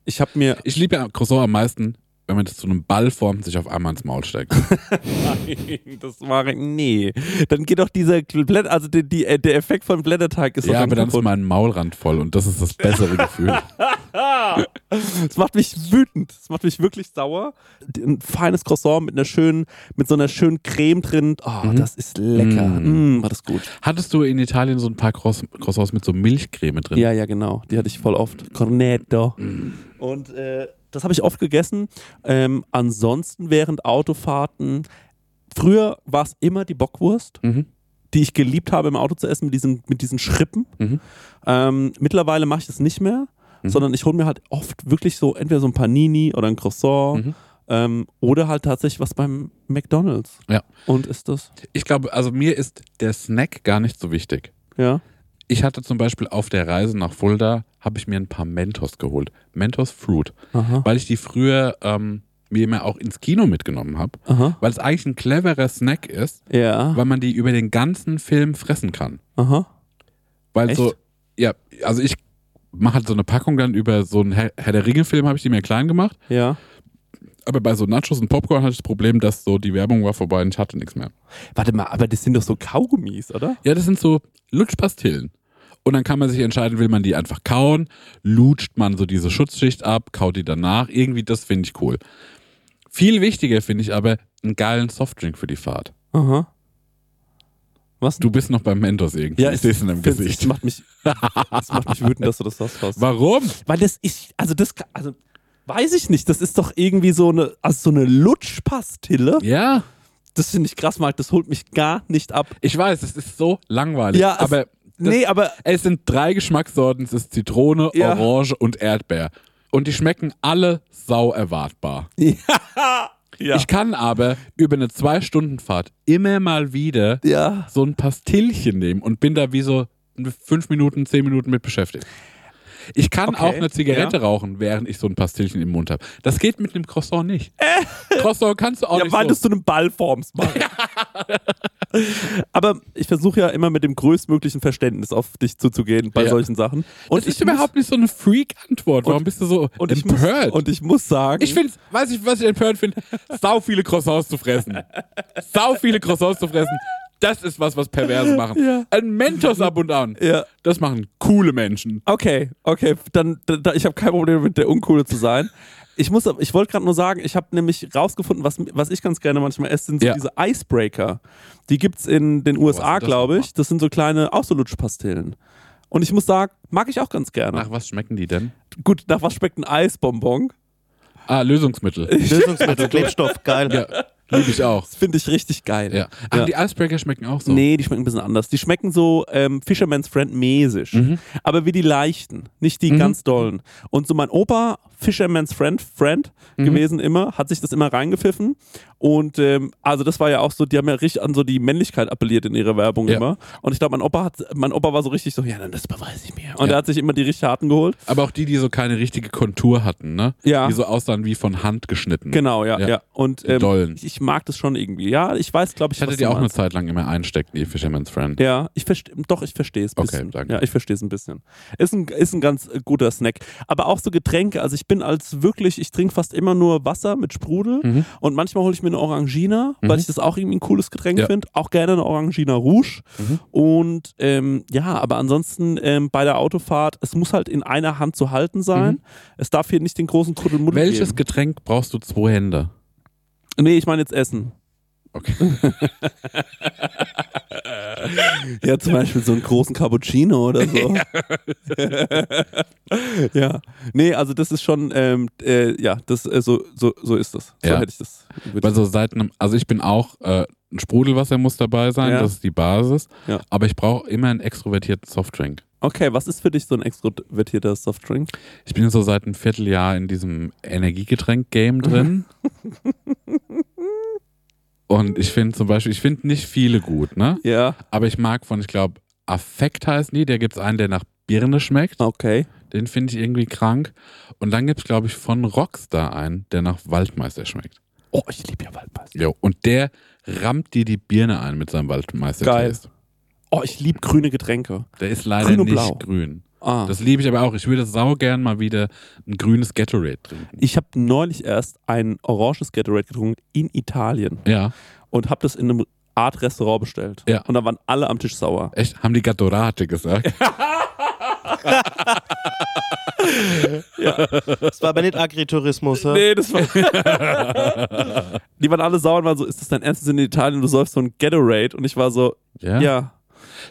B: Ich habe mir
C: Ich liebe ja Croissant am meisten wenn man das zu einem Ball formt, sich auf einmal ins Maul
B: [laughs]
C: steckt.
B: Das war, nee. Dann geht doch dieser Blätter, also die, die, äh, der Effekt von Blätterteig ist doch
C: ja, aber dann ist
B: kaputt.
C: mein Maulrand voll und das ist das bessere
B: [laughs]
C: Gefühl.
B: Das macht mich wütend. Das macht mich wirklich sauer. Ein feines Croissant mit einer schönen, mit so einer schönen Creme drin. Oh,
C: Mhm.
B: das ist lecker. Mm. war das gut.
C: Hattest du in Italien so ein paar Cross Croissants mit so Milchcreme drin?
B: Ja, ja, genau. Die hatte ich voll oft. Cornetto.
C: Mhm.
B: Und äh, das habe ich oft gegessen. Ähm, ansonsten während Autofahrten. Früher war es immer die Bockwurst.
C: Mhm.
B: die ich geliebt habe, im Auto zu essen, mit diesen, mit diesen Schrippen.
C: Mhm.
B: Ähm, mittlerweile mache ich das nicht mehr, sondern ich hole mir halt oft wirklich so entweder so ein Panini oder ein Croissant
C: Mhm.
B: ähm, oder halt tatsächlich was beim McDonalds.
C: Ja.
B: Und ist das?
C: Ich glaube, also mir ist der Snack gar nicht so wichtig.
B: Ja.
C: Ich hatte zum Beispiel auf der Reise nach Fulda, habe ich mir ein paar Mentos geholt. Mentos Fruit.
B: Aha.
C: Weil ich die früher ähm, mir immer auch ins Kino mitgenommen habe.
B: Aha.
C: Weil es eigentlich ein cleverer Snack ist,
B: Ja.
C: weil man die über den ganzen Film fressen kann.
B: Aha.
C: Weil
B: Echt?
C: so, ja, also ich mache halt so eine Packung dann über so einen Herr, Herr der Ringe-Film, habe ich die mir klein gemacht.
B: Ja.
C: Aber bei so Nachos und Popcorn hatte ich das Problem, dass so die Werbung war vorbei und ich hatte nichts mehr.
B: Warte mal, aber das sind doch so Kaugummis, oder?
C: Ja, das sind so Lutschpastillen. Und dann kann man sich entscheiden, will man die einfach kauen, lutscht man so diese Schutzschicht ab, kaut die danach. Irgendwie, das finde ich cool. Viel wichtiger finde ich aber einen geilen Softdrink für die Fahrt.
B: Aha. Was?
C: Du bist noch beim Mentos irgendwie. ich sehe es [laughs] in deinem
B: find's- Das
C: Gesicht.
B: macht mich, das macht mich wütend, dass du das sagst. Faust.
C: Warum?
B: Weil das ist, also das, ka- also weiß ich nicht, das ist doch irgendwie so eine, also so eine Lutschpastille.
C: Ja,
B: Das finde ich krass, Marc, das holt mich gar nicht ab.
C: ich weiß, es ist so langweilig.
B: Ja, es-
C: aber das,
B: nee, aber
C: es sind drei Geschmackssorten. Es ist Zitrone,
B: Ja.
C: Orange und Erdbeer. Und die schmecken alle sau erwartbar.
B: [laughs] ja.
C: Ich kann aber über eine Zwei-Stunden-Fahrt immer mal wieder
B: ja.
C: so ein Pastillchen nehmen und bin da wie so fünf Minuten, zehn Minuten mit beschäftigt. Ich kann auch eine Zigarette rauchen, während ich so ein Pastillchen im Mund habe. Das geht mit einem Croissant nicht. Croissant kannst du auch
B: Äh. Ja,
C: nicht.
B: weil du es
C: so.
B: zu einem Ball formst, Marc. [laughs] Aber ich versuche ja immer mit dem größtmöglichen Verständnis auf dich zuzugehen bei
C: Ja.
B: solchen Sachen. Und
C: das ist
B: ich muss-
C: überhaupt nicht so eine Freak-Antwort. Warum
B: Und-
C: bist du so
B: und ich, muss,
C: empört?
B: und ich muss sagen,
C: Ich finde, weiß ich, was ich empört finde, sau viele Croissants zu fressen. Sau viele Croissants zu fressen. Das ist was, was Perverse machen. Ein Mentos ab und an.
B: Ja.
C: Das machen coole Menschen.
B: Okay, okay, dann, da- da, ich habe kein Problem mit der Uncoole zu sein. Ich muss, ich wollte gerade nur sagen, ich habe nämlich rausgefunden, was, was ich ganz gerne manchmal esse, sind so
C: Ja.
B: diese Icebreaker. Die gibt's in den USA,
C: sind das
B: glaube
C: nochmal?
B: ich. Das sind so kleine, auch so Lutschpastillen. Und ich muss sagen, mag ich auch ganz gerne.
C: Nach was schmecken die denn?
B: Gut, nach was schmeckt ein Eisbonbon?
C: Ah, Lösungsmittel.
D: Lösungsmittel, Klebstoff, geil.
C: ja, liebe ich auch.
B: Das finde ich richtig geil.
C: Ja. Aber
B: Ja.
C: die Icebreaker schmecken auch so.
B: Nee, die schmecken ein bisschen anders. Die schmecken so ähm, Fisherman's Friend mäßig.
C: Mhm.
B: Aber wie die leichten, nicht die ganz dollen. Und so mein Opa, Fisherman's Friend, Friend
C: Mhm.
B: gewesen immer, hat sich das immer reingepfiffen. Und ähm, also das war ja auch so, die haben ja richtig an so die Männlichkeit appelliert in ihrer Werbung
C: Ja.
B: immer. Und ich glaube, mein Opa hat, mein Opa war so richtig so, ja, dann das beweise ich mir. Und
C: Ja.
B: er hat sich immer die richtig harten geholt.
C: Aber auch die, die so keine richtige Kontur hatten, ne?
B: Ja.
C: Die so aussahen wie von Hand geschnitten.
B: Genau, ja, ja.
C: Ja.
B: Und
C: Die
B: ähm,
C: dollen.
B: ich, ich mag das schon irgendwie. Ja, ich weiß, glaube ich,
C: Ich hatte
B: was
C: die
B: du
C: auch eine
B: meinst.
C: Zeit lang immer einsteckt, die Fisherman's Friend.
B: Ja, ich verste- doch, ich verstehe es ein
C: Okay,
B: bisschen.
C: danke.
B: Ja, ich verstehe es ein bisschen. Ist ein, ist ein ganz äh, guter Snack. Aber auch so Getränke. Also ich bin als wirklich, ich trinke fast immer nur Wasser mit Sprudel
C: Mhm.
B: und manchmal hole ich mir eine Orangina, weil ich das auch irgendwie ein cooles Getränk
C: Ja. Mhm.
B: finde. Auch gerne eine Orangina Rouge. Und ähm, ja, aber ansonsten ähm, bei der Autofahrt, es muss halt in einer Hand zu halten sein. Es darf hier nicht den großen Kuddelmuddel
C: Mhm. Welches
B: geben.
C: Getränk brauchst du zwei Hände?
B: Nee, ich meine jetzt Essen.
C: Okay.
B: [laughs] Ja, zum Beispiel so einen großen Cappuccino oder so. [laughs] ja. Nee, also das ist schon, ähm, äh, ja, das, äh, so, so, so ist das. So
C: Ja.
B: hätte ich das.
C: Weil so seit einem, also ich bin auch, äh, ein Sprudelwasser muss dabei sein,
B: Ja.
C: das ist die Basis.
B: Ja.
C: Aber ich brauche immer einen extrovertierten Softdrink.
B: Okay, was ist für dich so ein extrovertierter Softdrink?
C: Ich bin so seit einem Vierteljahr in diesem Energiegetränk-Game
B: [laughs]
C: drin. Und ich finde zum Beispiel, ich finde nicht viele gut, ne?
B: Ja.
C: Aber ich mag von, ich glaube, Affekt heißen die. Da gibt es einen, der nach Birne schmeckt.
B: Okay.
C: Den finde ich irgendwie krank. Und dann gibt es, glaube ich, von Rockstar einen, der nach Waldmeister schmeckt.
B: Oh, ich liebe ja Waldmeister.
C: Jo. Und der rammt dir die Birne ein mit seinem Waldmeister.
B: Geil. Oh, ich liebe grüne Getränke.
C: Der ist leider
B: Grün und
C: nicht
B: blau.
C: grün.
B: Ah.
C: Das liebe ich aber auch. Ich würde saugern mal wieder ein grünes Gatorade trinken.
B: Ich habe neulich erst ein oranges Gatorade getrunken in Italien
C: Ja.
B: und habe das in einem Art Restaurant bestellt.
C: Ja.
B: Und da waren alle am Tisch sauer.
C: Echt? Haben die Gatorade gesagt?
D: Das war aber nicht Agritourismus. Ja?
B: Nee, das war. [laughs] die waren alle sauer und waren so: Ist das dein ernstes in Italien? Du säufst so ein Gatorade. Und ich war so: [laughs] Ja.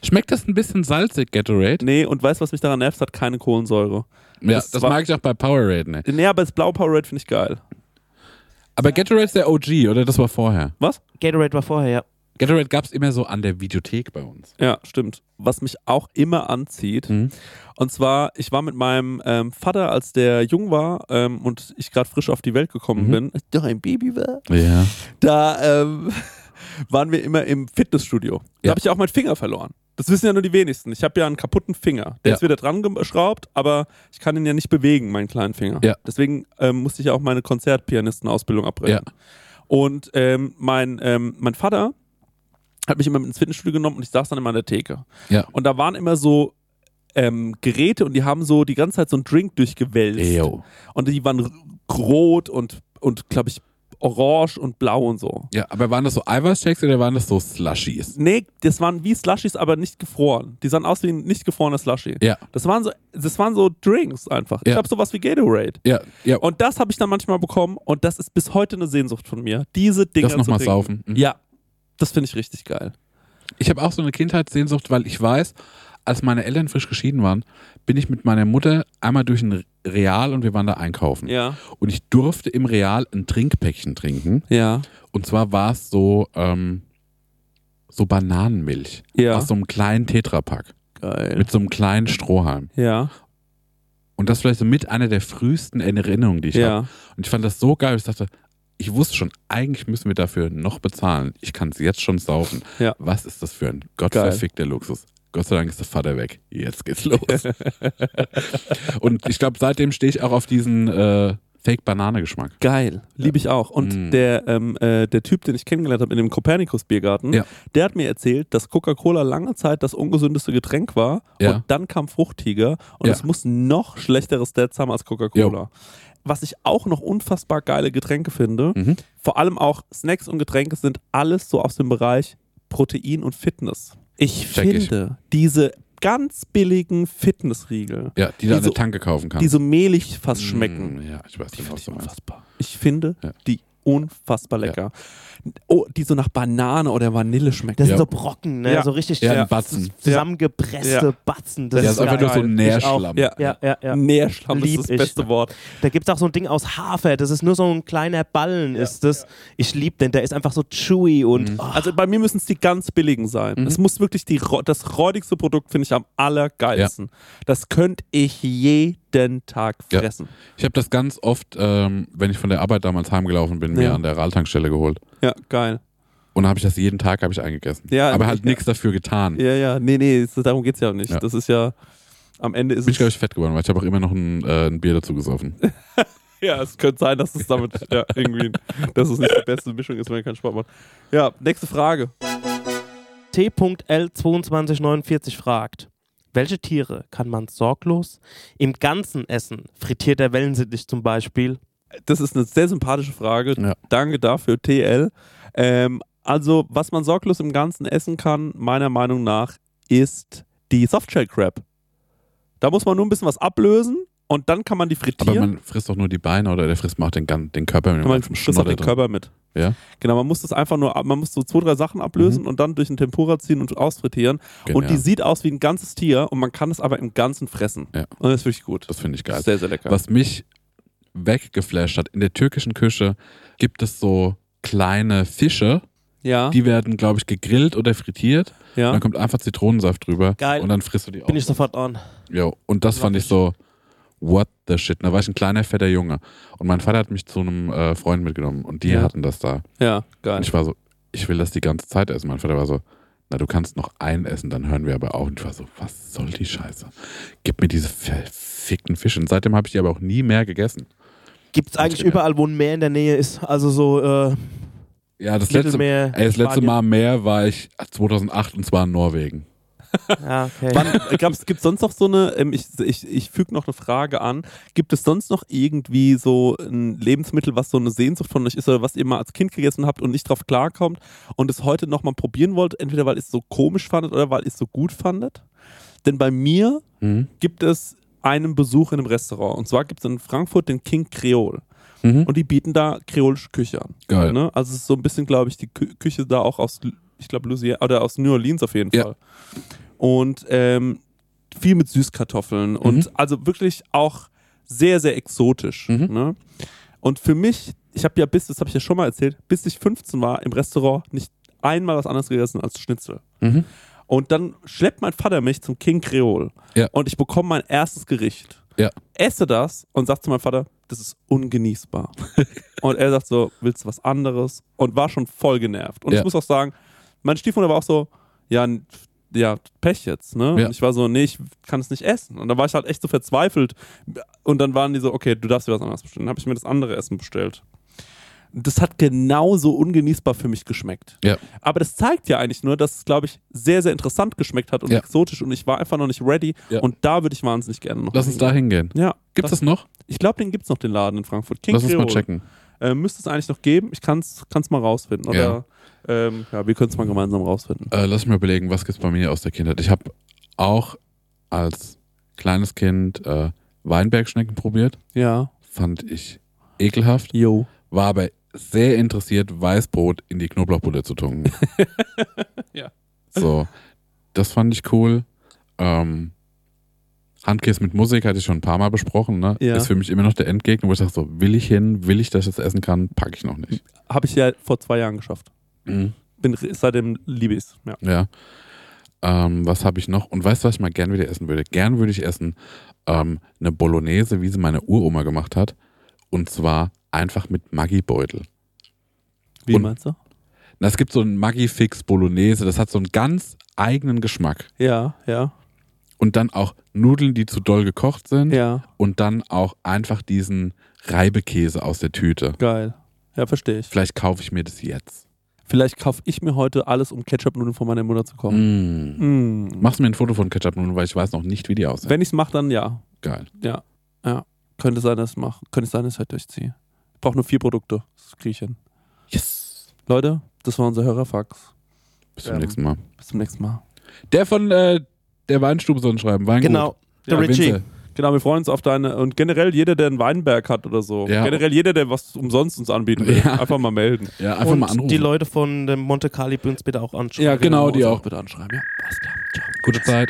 C: Schmeckt das ein bisschen salzig, Gatorade?
B: Nee, und weißt du, was mich daran nervt? Es hat keine Kohlensäure.
C: Ja,
B: das
C: das,
B: war-
C: mag ich auch bei Powerade nicht.
B: Nee, aber das blaue Powerade finde ich geil.
C: Aber Gatorade ist der OG, oder? Das war vorher.
B: Was?
D: Gatorade war vorher, ja.
C: Gatorade gab es immer so an der Videothek bei uns.
B: Ja, stimmt. Was mich auch immer anzieht.
C: Mhm.
B: Und zwar, ich war mit meinem ähm, Vater, als der jung war ähm, und ich gerade frisch auf die Welt gekommen
C: Mhm.
B: bin, als ich noch ein Baby war,
C: Ja.
B: da ähm, [laughs] waren wir immer im Fitnessstudio. Da
C: Ja.
B: habe ich ja auch meinen Finger verloren. Das wissen ja nur die wenigsten. Ich habe ja einen kaputten Finger. Der
C: Ja.
B: ist wieder dran geschraubt, aber ich kann ihn ja nicht bewegen, meinen kleinen Finger.
C: Ja.
B: Deswegen ähm, musste ich ja auch meine Konzertpianistenausbildung abbrechen.
C: Ja.
B: Und ähm, mein, ähm, mein Vater hat mich immer mit ins Fitnessstudio genommen und ich saß dann immer an der Theke.
C: Ja.
B: Und da waren immer so ähm, Geräte und die haben so die ganze Zeit so einen Drink durchgewälzt.
C: Eyo.
B: Und die waren r- rot und, und glaube ich, orange und blau und so.
C: Ja, aber waren das so Eiweißshakes oder waren das so Slushies?
B: Nee, das waren wie Slushies, aber nicht gefroren. Die sahen aus wie ein nicht gefrorener Slushie.
C: Ja.
B: Das waren so, das waren so Drinks einfach. Ich
C: Ja.
B: habe sowas wie Gatorade.
C: Ja, ja.
B: Und das habe ich dann manchmal bekommen und das ist bis heute eine Sehnsucht von mir. Diese Dinger
C: das nochmal
B: zu trinken.
C: saufen. Mhm.
B: Ja, das finde ich richtig geil.
C: Ich habe auch so eine Kindheitssehnsucht, weil ich weiß, als meine Eltern frisch geschieden waren, bin ich mit meiner Mutter einmal durch ein Real und wir waren da einkaufen.
B: Ja.
C: Und ich durfte im Real ein Trinkpäckchen trinken.
B: Ja.
C: Und zwar war es so, ähm, so Bananenmilch.
B: Ja.
C: Aus so einem kleinen Tetrapack.
B: Geil.
C: Mit so einem kleinen Strohhalm.
B: ja.
C: Und das vielleicht so mit einer der frühesten Erinnerungen, die ich habe.
B: Ja.
C: Und ich fand das so geil. Ich dachte, ich wusste schon, eigentlich müssen wir dafür noch bezahlen. Ich kann es jetzt schon saufen.
B: Ja.
C: Was ist das für ein gottverfickter Luxus? Gott sei Dank ist der Vater weg. Jetzt geht's
B: [laughs]
C: los. und ich glaube, seitdem stehe ich auch auf diesen äh, Fake-Banane-Geschmack.
B: Geil. Liebe ich auch. Und
C: Mm.
B: der, ähm, äh, der Typ, den ich kennengelernt habe in dem Kopernikus-Biergarten,
C: Ja.
B: der hat mir erzählt, dass Coca-Cola lange Zeit das ungesündeste Getränk war.
C: Ja.
B: Und dann kam Fruchtiger. Und
C: Ja.
B: es muss noch schlechtere Stats haben als Coca-Cola. Was ich auch noch unfassbar geile Getränke finde,
C: Mhm.
B: vor allem auch Snacks und Getränke sind alles so aus dem Bereich Protein und Fitness. Ich
C: Check ich.
B: finde diese ganz billigen Fitnessriegel,
C: Ja, die du an
B: Diese-
C: der Tanke kaufen kannst.
B: die so mehlig fast schmecken,
C: Mm, Ja, ich weiß
B: die
C: nicht,
B: finde
C: was
B: ich
C: du meinst.
B: unfassbar. Ich finde
C: Ja.
B: die unfassbar
C: Ja.
B: lecker. Oh, die so nach Banane oder Vanille schmecken.
D: Das
C: Ja.
D: sind so Brocken, ne?
B: Ja.
D: so richtig
C: Ja, ein Batzen.
D: zusammengepresste
B: Ja.
D: Batzen.
C: Das,
D: Das,
C: ja,
D: ist
C: ist einfach
D: geil.
C: nur so ein Nährschlamm.
B: Ja.
D: ja, ja, ja.
B: Nährschlamm
D: Lieb
B: ist das
D: ich.
B: beste Wort.
D: Da gibt es auch so ein Ding aus Hafer, das ist nur so ein kleiner Ballen, ist das. Ich lieb den, der ist einfach so chewy und
C: Mhm.
D: oh,
B: Also bei mir müssen es die ganz billigen sein. Es muss wirklich die, ro- das räudigste Produkt finde ich am allergeilsten. Das könnte ich jeden Tag
C: Ja.
B: fressen.
C: Ich habe das ganz oft, ähm, wenn ich von der Arbeit damals heimgelaufen bin,
B: Ja.
C: mir an der Raltankstelle geholt.
B: Ja, geil.
C: Und dann habe ich das jeden Tag habe ich eingegessen.
B: Ja,
C: Aber halt
B: ja.
C: nichts dafür getan.
B: Ja, ja, nee, nee, es- darum geht es ja auch nicht.
C: Ja.
B: Das ist ja, am Ende ist
C: Bin ich, glaube
B: es,
C: ich, fett geworden, weil ich habe auch immer noch ein, äh, ein Bier dazu gesoffen.
B: [laughs] ja, es könnte sein, dass es damit ja, irgendwie, dass es nicht die beste Mischung ist, wenn man keinen Sport macht. Ja, nächste Frage.
D: T.L2249 fragt, welche Tiere kann man sorglos im Ganzen essen? Frittierter Wellensittich zum Beispiel.
B: Das ist eine sehr sympathische Frage.
C: Ja.
B: Danke dafür, TL. Ähm, also, was man sorglos im Ganzen essen kann, meiner Meinung nach, ist die Softshell Crab. Da muss man nur ein bisschen was ablösen und dann kann man die frittieren.
C: Aber man frisst doch nur die Beine oder der frisst, macht den, gan- den Körper mit dem
B: Kann man
C: ganzen
B: frisst auch den
C: drin.
B: Körper mit.
C: Ja. Mhm.
B: Genau, man muss das einfach nur, ab- man muss so zwei, drei Sachen ablösen und dann durch ein Tempura ziehen und ausfrittieren. Und
C: Genial.
B: die sieht aus wie ein ganzes Tier und man kann es aber im Ganzen fressen.
C: Ja.
B: Und das ist wirklich gut.
C: Das finde ich geil.
B: Sehr, sehr lecker.
C: Was mich weggeflasht hat, in der türkischen Küche gibt es so kleine Fische,
B: ja,
C: die werden, glaube ich, gegrillt oder frittiert. Und
B: ja.
C: dann kommt einfach Zitronensaft drüber.
D: Geil.
C: Und dann frisst du die auch.
D: Bin ich sofort on.
C: Jo, und das fand ich so, what the shit. Da war ich ein kleiner, fetter Junge. Und mein Vater hat mich zu einem äh, Freund mitgenommen und die
B: Ja.
C: hatten das da.
B: Ja, geil.
C: Und ich war so, ich will das die ganze Zeit essen. Mein Vater war so, na, du kannst noch einen essen, dann hören wir aber auf. Und ich war so, was soll die Scheiße? Gib mir diese verfickten Fische. Und seitdem habe ich die aber auch nie mehr gegessen.
D: Gibt es eigentlich überall, wo ein Meer in der Nähe ist? Also
C: [laughs]
D: so äh,
C: Ja, das letzte,
D: Mittelmeer.
C: ey, das letzte
D: Spanien.
C: ah, Mal mehr war ich 2008 und zwar in Norwegen.
D: Ja, okay.
B: Gibt es sonst noch so eine, ähm, ich, ich, ich füge noch eine Frage an, gibt es sonst noch irgendwie so ein Lebensmittel, was so eine Sehnsucht von euch ist oder was ihr mal als Kind gegessen habt und nicht drauf klarkommt und es heute nochmal probieren wollt, entweder weil ihr es so komisch fandet oder weil ihr es so gut fandet? Denn bei mir
C: Mhm.
B: gibt es einen Besuch in einem Restaurant und zwar gibt es in Frankfurt den King Creole.
C: Mhm.
B: Und die bieten da kreolische Küche an.
C: Geil.
B: Ne? Also es ist so ein bisschen, glaube ich, die Kü Küche da auch aus, ich glaube, Louisiana oder aus New Orleans auf jeden
C: Ja.
B: Fall. Und ähm, viel mit Süßkartoffeln
C: Mhm.
B: und also wirklich auch sehr, sehr exotisch.
C: Mhm.
B: Ne? Und für mich, ich habe ja bis, das habe ich ja schon mal erzählt, bis ich 15 war im Restaurant nicht einmal was anderes gegessen als Schnitzel.
C: Mhm.
B: Und dann schleppt mein Vater mich zum King Creole.
C: Ja.
B: Und ich bekomme mein erstes Gericht.
C: Ja.
B: Esse das und sag zu meinem Vater, das ist
C: [laughs]
B: ungenießbar. und er sagt so, willst du was anderes? Und war schon voll genervt. Und
C: Ja.
B: ich muss auch sagen, mein Stiefvater war auch so, ja, n- ja, Pech jetzt, ne?
C: Ja.
B: Und ich war so, nee, ich kann es nicht essen. Und dann war ich halt echt so verzweifelt. Und dann waren die so, okay, du darfst dir was anderes bestellen. Dann habe ich mir das andere Essen bestellt. Das hat genauso ungenießbar für mich geschmeckt.
C: Ja.
B: Aber das zeigt ja eigentlich nur, dass es, glaube ich, sehr, sehr interessant geschmeckt hat und
C: Ja.
B: exotisch und ich war einfach noch nicht ready.
C: Ja.
B: Und da würde ich wahnsinnig gerne noch.
C: Lass uns da hingehen.
B: Ja.
C: Gibt's das noch?
B: Ich glaube, den gibt es noch, den Laden in Frankfurt. King
C: Lass uns mal
B: Creole.
C: checken.
B: Äh, müsste es eigentlich noch geben. Ich kann es mal rausfinden. Oder ähm, ja, wir können es mal gemeinsam rausfinden.
C: Äh, lass mich mal überlegen, was gibt's bei mir aus der Kindheit? Ich habe auch als kleines Kind äh, Weinbergschnecken probiert.
B: Ja.
C: Fand ich ekelhaft.
B: Jo.
C: War aber sehr interessiert, Weißbrot in die Knoblauchbutter zu tunken.
B: [laughs] Ja.
C: So, das fand ich cool. Ähm, Handkäse mit Musik hatte ich schon ein paar Mal besprochen. Ne?
B: Ja.
C: Ist für mich immer noch der Endgegner, wo ich sage so, will ich hin, will ich, dass ich das essen kann, packe ich noch nicht.
B: Habe ich ja vor zwei Jahren geschafft. Mhm. Bin seitdem liebe ich's. Ja.
C: Ja. Ähm, was habe ich noch? Und weißt du, was ich mal gern wieder essen würde? Gern würde ich essen ähm, eine Bolognese, wie sie meine Uroma gemacht hat. Und zwar einfach mit Maggi-Beutel.
B: Wie
C: Und-
B: meinst du?
C: Na, Es gibt so einen Maggi-Fix Bolognese, das hat so einen ganz eigenen Geschmack.
B: Ja, ja,
C: Und dann auch Nudeln, die zu doll gekocht sind.
B: ja.
C: Und dann auch einfach diesen Reibekäse aus der Tüte.
B: Geil. Ja, verstehe ich.
C: Vielleicht kaufe ich mir das jetzt.
B: Vielleicht kaufe ich mir heute alles, um Ketchup-Nudeln von meiner Mutter zu kochen.
C: Mm.
B: Mm.
C: Machst du mir ein Foto von Ketchup-Nudeln, weil ich weiß noch nicht, wie die aussehen.
B: Wenn ich es mache, dann ja.
C: Geil.
B: Ja. Ja. Könnte sein, dass ich mache. Könnte sein, dass ich halt durchziehe. Ich brauche nur vier Produkte. Das kriege ich hin.
C: Yes.
B: Leute, das war unser Hörerfax.
C: Bis zum
B: Ähm,
C: nächsten Mal.
B: Bis zum nächsten Mal.
C: Der von äh, der Weinstube soll schreiben. Weingut.
D: genau.
C: Ja,
D: Der Richie.
C: Winzer.
B: Genau, wir freuen uns auf deine. Und generell jeder, der einen Weinberg hat oder so.
C: Ja.
B: Generell jeder, der was umsonst uns anbieten will.
C: [laughs] Ja.
B: Einfach mal melden.
C: Ja, einfach
D: und
C: mal anrufen.
D: die Leute von dem Monte Carlo uns bitte auch anschauen.
C: genau, die auch.
B: also Bitte anschreiben. Ja, alles klar. Ciao.
C: Gute Zeit.